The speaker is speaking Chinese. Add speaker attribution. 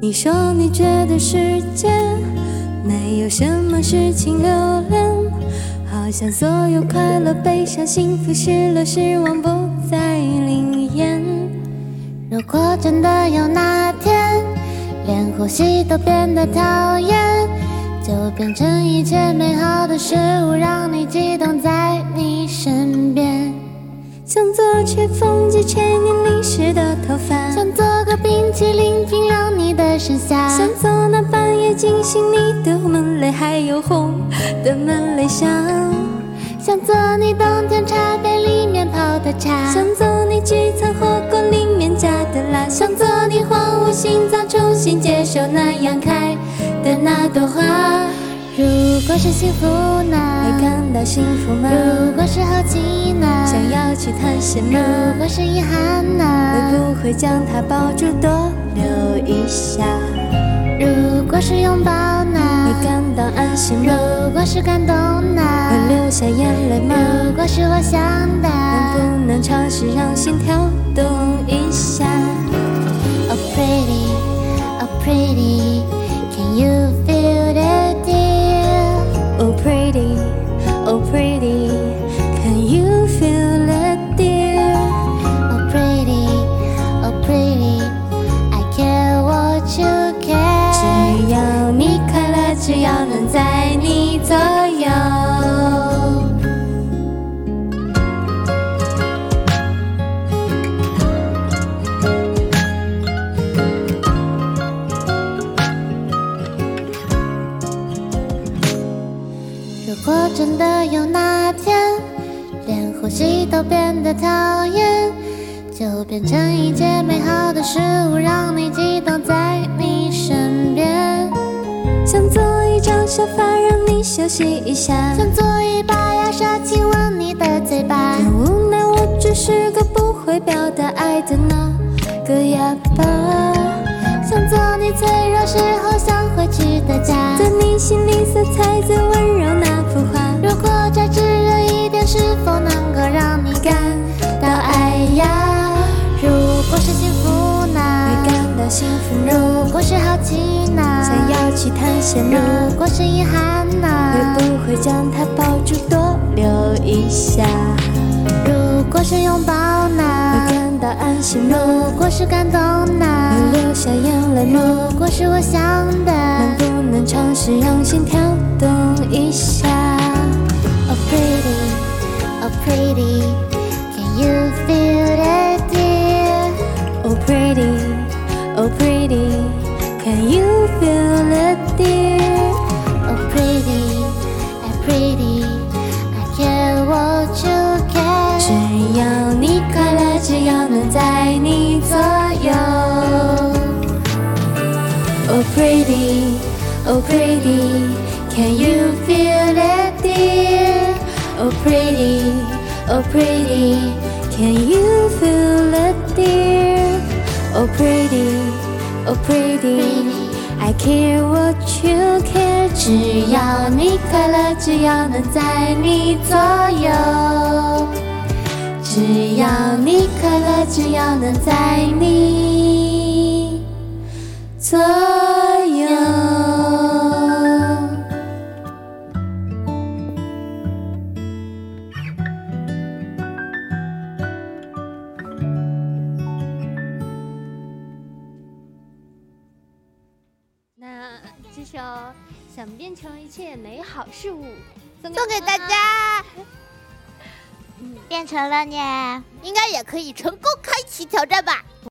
Speaker 1: 你说你觉得世界没有什么事情留恋，好像所有快乐、悲伤、幸福、失落、失望不再灵验。
Speaker 2: 如果真的有那天，连呼吸都变得讨厌，就变成一切美好的事物，让你激动在你身边。
Speaker 1: 想做吹风机吹你淋湿的头发，
Speaker 2: 想做个冰淇淋，冰凉你的盛夏。
Speaker 1: 想做那半夜惊醒你的门铃，还有红的门铃响。
Speaker 2: 想做你冬天茶杯里面泡的茶，
Speaker 1: 想做你聚餐火锅里面加的辣，想做你荒芜心脏重新接受那样开的那朵花。
Speaker 2: 如果是幸福
Speaker 1: 会
Speaker 2: 呢？
Speaker 1: 感到幸福吗？
Speaker 2: 如果是好奇呢？
Speaker 1: 想要去探险吗？
Speaker 2: 如果是遗憾
Speaker 1: 会
Speaker 2: 呢？
Speaker 1: 不会将它抱住多留一下？
Speaker 2: 如果是拥抱
Speaker 1: 会
Speaker 2: 呢？
Speaker 1: 感到安心吗？
Speaker 2: 如果是感动
Speaker 1: 会
Speaker 2: 呢？
Speaker 1: 流下眼泪吗？
Speaker 2: 如果是我想的，
Speaker 1: 能不能尝试让心跳动一下？
Speaker 2: Oh pretty, oh pretty, can you feel the deal?
Speaker 1: Oh pretty, oh pretty, can you feel it, dear?
Speaker 2: Oh pretty, oh pretty, I care what you
Speaker 1: 只
Speaker 2: care.
Speaker 1: 要你快乐，只要能在你左右。
Speaker 2: 如果真的有那天，连呼吸都变得讨厌，就变成一切美好的事物，让你激动在你身边。
Speaker 1: 想做一张沙发，让你休息一下。
Speaker 2: 想做一把牙刷，亲吻你的嘴巴。
Speaker 1: 但无奈我只是个不会表达爱的那个哑巴，
Speaker 2: 想做你脆弱时候想回去的家。
Speaker 1: 在你心里色彩最温柔那幅画，
Speaker 2: 如果再炙热一点，是否能够让你感到爱呀？如果是幸福
Speaker 1: 会
Speaker 2: 呢？
Speaker 1: 感到幸福呢？
Speaker 2: 如果是好奇呢？
Speaker 1: 想要去探险呢？
Speaker 2: 如果是遗憾
Speaker 1: 会
Speaker 2: 呢？
Speaker 1: 不会将它抱住多留一下？
Speaker 2: 如果是拥抱
Speaker 1: 会
Speaker 2: 呢？
Speaker 1: 感到安心
Speaker 2: 如
Speaker 1: 呢？
Speaker 2: 果是感动
Speaker 1: 会
Speaker 2: 呢？
Speaker 1: 流下眼泪呢？
Speaker 2: 如果是我想的
Speaker 1: 能不能尝试让心跳动一下？
Speaker 2: ？Oh pretty, oh pretty, can you feel it, dear?
Speaker 1: Oh pretty, oh pretty, can you feel it, dear? oh
Speaker 2: Oh pretty, I pretty, I care what you
Speaker 1: 只
Speaker 2: care.
Speaker 1: 要你快乐，只要能在你左右。Oh pretty, oh pretty, can you feel it, dear? Oh pretty, oh pretty, can you feel it, dear? Oh pretty, oh pretty, I care what you care. 只要你快乐，只要能在你左右。只要你快乐，只要能在你左右。
Speaker 3: 那这首《想变成一切美好事物》送
Speaker 4: 送给大
Speaker 3: 们啊。
Speaker 4: 家。变成了你，应该也可以成功开启挑战吧。